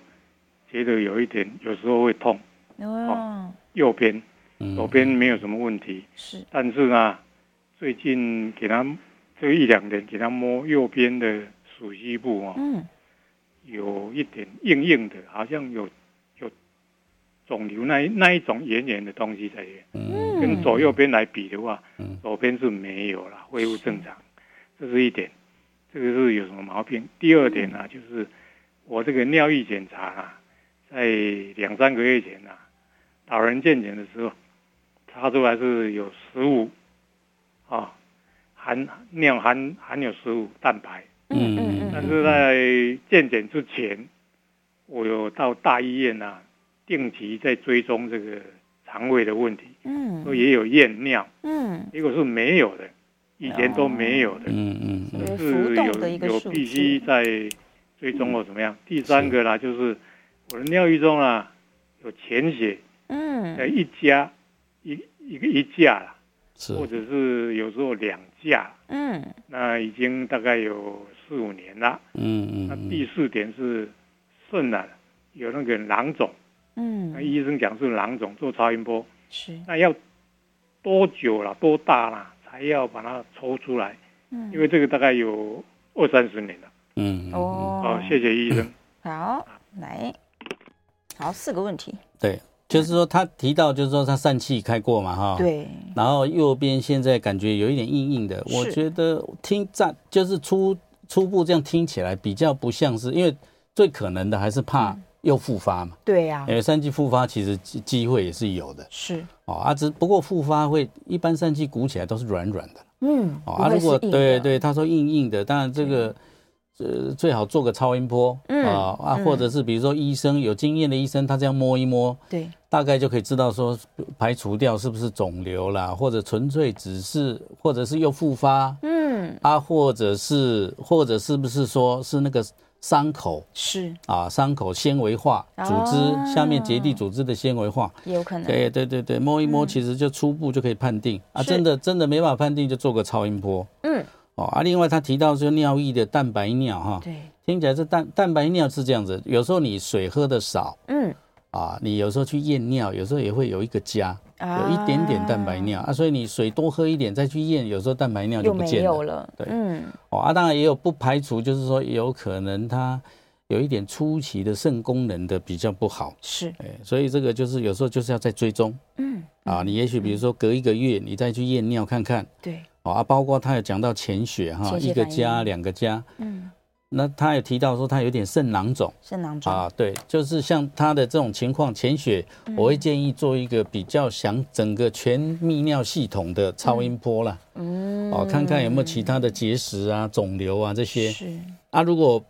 觉得有一点，有时候会痛，
哦，
右边、
嗯
左边没有什么问题，
是，
但是呢，最近给他这一两年给他摸右边的属膝部哦，
嗯
有一点硬硬的，好像有有肿瘤那一那一种圆圆的东西在里面。
嗯
跟左右边来比的话，
嗯
左边是没有了，恢复正常，这是一点。这个是有什么毛病？第二点
嗯
呢、就是我这个尿液检查啊，在两三个月前啊，老人健检的时候，查出来是有十五，啊，含尿含含有十五蛋白，
嗯嗯
但
嗯，
是在健检之前，我有到大医院啊，定期在追踪这个肠胃的问题。
嗯
说也有验尿，
嗯，
结果是没有的，以前都没有的，
嗯嗯嗯
是
浮动的一
有
个
有
数嗯
必须
字，
在追踪或怎么样。第三个啦，就是我的尿液中啊有潜血，呃
嗯
一家一一个一架啦，
是，
或者是有时候两架，
嗯
那已经大概有四五年了。
嗯
那
嗯
第四点是肾啊有那个囊肿，那
嗯，
医生讲是囊肿，做超音波。
是，
那要多久了？多大了才要把它抽出来？
嗯
因为这个大概有二三十年了。
嗯嗯嗯
哦
哦，，
谢谢医生。
好，来，好，四个问题，
对，就是说他提到就是说他疝气开过嘛哈，。
对，
然后右边现在感觉有一点硬硬的，我
是
觉得听暂就是初初步这样听起来比较不像是，因为最可能的还是怕
嗯
又复发嘛，
对呀
因，为三级复发其实机机会也是有的
是，
哦啊，只不过复发会一般三级鼓起来都是软软的
嗯，
哦
不
啊，
会
如果
是硬
对
的，
对他说硬硬的，当然这个。呃，最好做个超音波啊、
嗯
啊，
嗯
或者是比如说医生有经验的医生，他这样摸一摸，
对，
大概就可以知道说排除掉是不是肿瘤啦，或者纯粹只是，或者是又复发
嗯，
啊，或者是或者是不是说是那个伤口
是
啊，伤口纤维化
哦嗯
组织下面结缔组织的纤维化。哎
也有可能，
对对对对，摸一摸其实就初步就可以判定、
嗯
啊，
是
真的真的没办法判定就做个超音波
嗯，
哦啊。另外他提到说尿液的蛋白尿哈，
对，
听起来这蛋蛋白尿是这样子，有时候你水喝的少
嗯，
啊，你有时候去验尿，有时候也会有一个痂。有
有
一点点蛋白尿啊，所以你水多喝一点再去验，有时候蛋白尿就
又
不
没
见
有
了。
了，
对
嗯，
哦啊，当然也有不排除，就是说有可能它有一点初期的肾功能的比较不好，
是，
哎，所以这个就是有时候就是要再追踪
嗯，
啊。你也许比如说隔一个月你再去验尿看看
对，
哦啊，包括他有讲到潜血哈，
潜血
一个
反应
加两个加，
嗯，
那他有提到说他有点肾囊肿。
肾囊肿，
啊，对，就是像他的这种情况，潜血，
嗯
我会建议做一个比较详整个全泌尿系统的超音波啦，
嗯，
哦，看看有没有其他的结石啊、肿瘤啊这些。
是，
啊，如果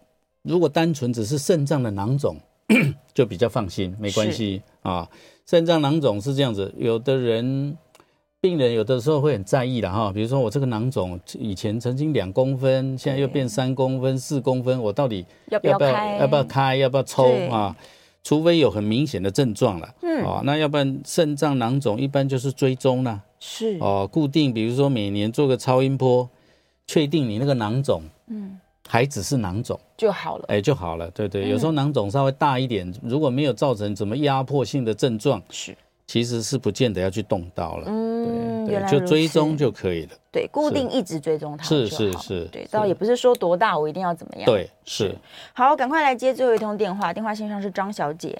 如果单纯只是肾脏的囊肿， 就比较放心，没关系啊。肾脏囊肿是这样子，有的人病人有的时候会很在意的哈，比如说我这个囊肿以前曾经两公分，现在又变三公分、四公分，我到底
要不
要
要
不要
开？
要不要开要不要抽
对
啊？除非有很明显的症状了，
嗯
哦，那要不然肾脏囊肿一般就是追踪啦，
是，
哦，固定，比如说每年做个超音波，确定你那个囊肿，
嗯，
还只是囊肿，
就好了，
哎就好了，对
嗯
对，有时候囊肿稍微大一点，如果没有造成什么压迫性的症状，
是，
其实是不见得要去动刀了，
嗯，
对
原，来
就
如
追
此
踪就可以了，
对，固
是
定一直追踪它
是
就是好
是
对，
是
倒也不是说多大我一定要怎么样，，
对，是
好，赶快来接最后一通电话，电话线上是张小姐，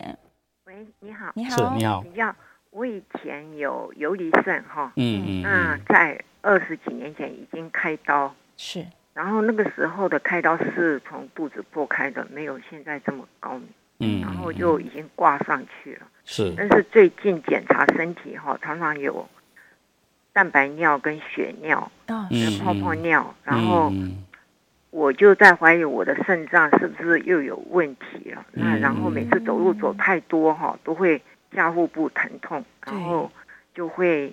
喂，你好，
你好，
是，你好，
请教，我以前有游离肾哈，
嗯嗯
那
嗯，
在二十几年前已经开刀，
是，
然后那个时候的开刀是从肚子破开的，没有现在这么高明，
嗯，
然后
嗯
就已经挂上去了。
是
但是最近检查身体哈，常常有蛋白尿跟血尿，
啊，
嗯
就是泡泡尿，然后
嗯
我就在怀疑我的肾脏是不是又有问题了。那然后每次走路走太多哈、都会下腹部疼痛，
对
然后就会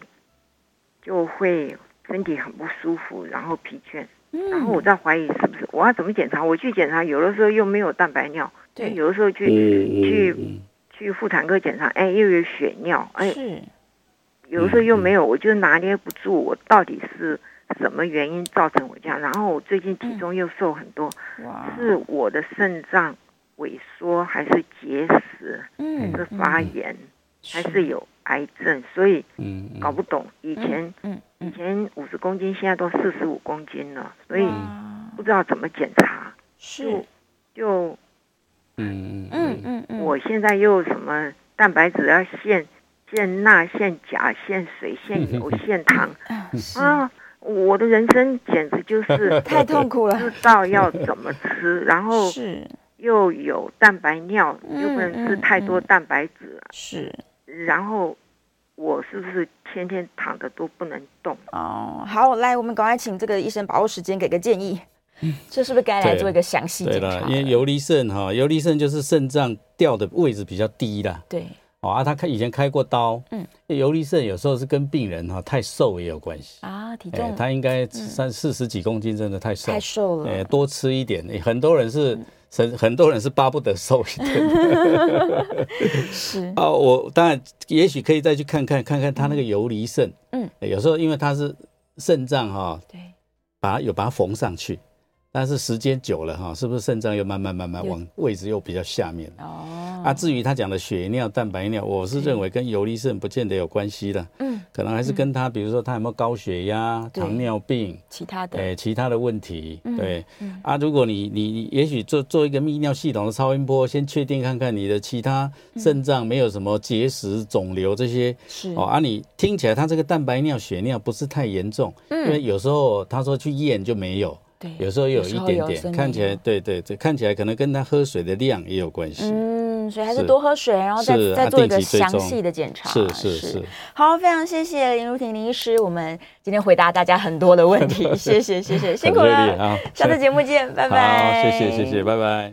就会身体很不舒服，然后疲倦，然
嗯
后我在怀疑是不是我要怎么检查？我去检查，有的时候又没有蛋白尿，
对
有的时候
嗯
去去
嗯
去妇产科检查，哎，又有血尿，哎，
是，
有的时候
嗯
又没有，我就拿捏不住，我到底是什么原因造成我这样？然后我最近体重又瘦很多，
嗯哇，
是我的肾脏萎缩，还是结石，
嗯
还是发炎，还是有癌症？所以
嗯嗯
搞不懂。以前、
嗯
以
嗯，
前五十公斤，现在都四十五公斤了，所以
哇
不知道怎么检查。
是，
就
嗯嗯
嗯
嗯
嗯嗯，
我现在又什么蛋白质要限限钠、限钾、限 水、限油、限糖。
啊是
啊，我的人生简直就是
太痛苦了
不，知道要怎么吃，然
嗯
后
是
又有蛋白尿，
嗯
又不能吃太多蛋白质，
是
然后我是不是天天躺着都不能动？
哦，好，来，我们赶快请这个医生把握时间，给个建议， 这是不是该来
嗯对
做一个详细
对
检查
了
了？，
因为游离肾哈，游离肾就是肾脏掉的位置比较低啦。
对
哦啊，他开以前开过刀，
嗯，
游离肾有时候是跟病人哈太瘦也有关系。
啊，体
哎、
重
他应该三四十几公斤，真的太瘦，
太瘦
哎、
了，嗯
多吃一点。哎很多人是很很多人是巴不得瘦一点
是
啊。我当然也许可以再去看看看看他那个游离肾，
嗯
哎有时候因为他是肾脏哈、
对，
把它有把它缝上去，但是时间久了哈、是不是肾脏又慢慢慢慢
有
往位置又比较下面了？
哦，
啊，至于他讲的血尿、蛋白尿，我是认为跟游离肾不见得有关系的，
嗯，
可能还是跟他，比如说他有没有高血压、
对
糖尿病，
其他的
哎、其他的问题，
嗯
对、
嗯
啊，如果你你你也许做做一个泌尿系统的超音波，先确定看看你的其他
嗯
肾脏没有什么结石、肿瘤这些。
是
哦啊，你听起来他这个蛋白尿、血尿不是太严重，
嗯
因为有时候他说去验就没有，
对，
有时候也有一
有时
点
候有真
点，
的
看起来
有
对对对，看起来可能跟他喝水的量也有关系。
嗯，所以还是
是
多喝水，然后再
是
再
啊
做一
定
个
期追
详
踪
细的检查。
是是是，
好，非常谢谢林如婷林医师，我们今天回答大家很 多的问题，谢谢谢谢，辛苦
很热烈
了，
啊！
下次节目见，拜拜。
好，谢谢谢谢，拜拜。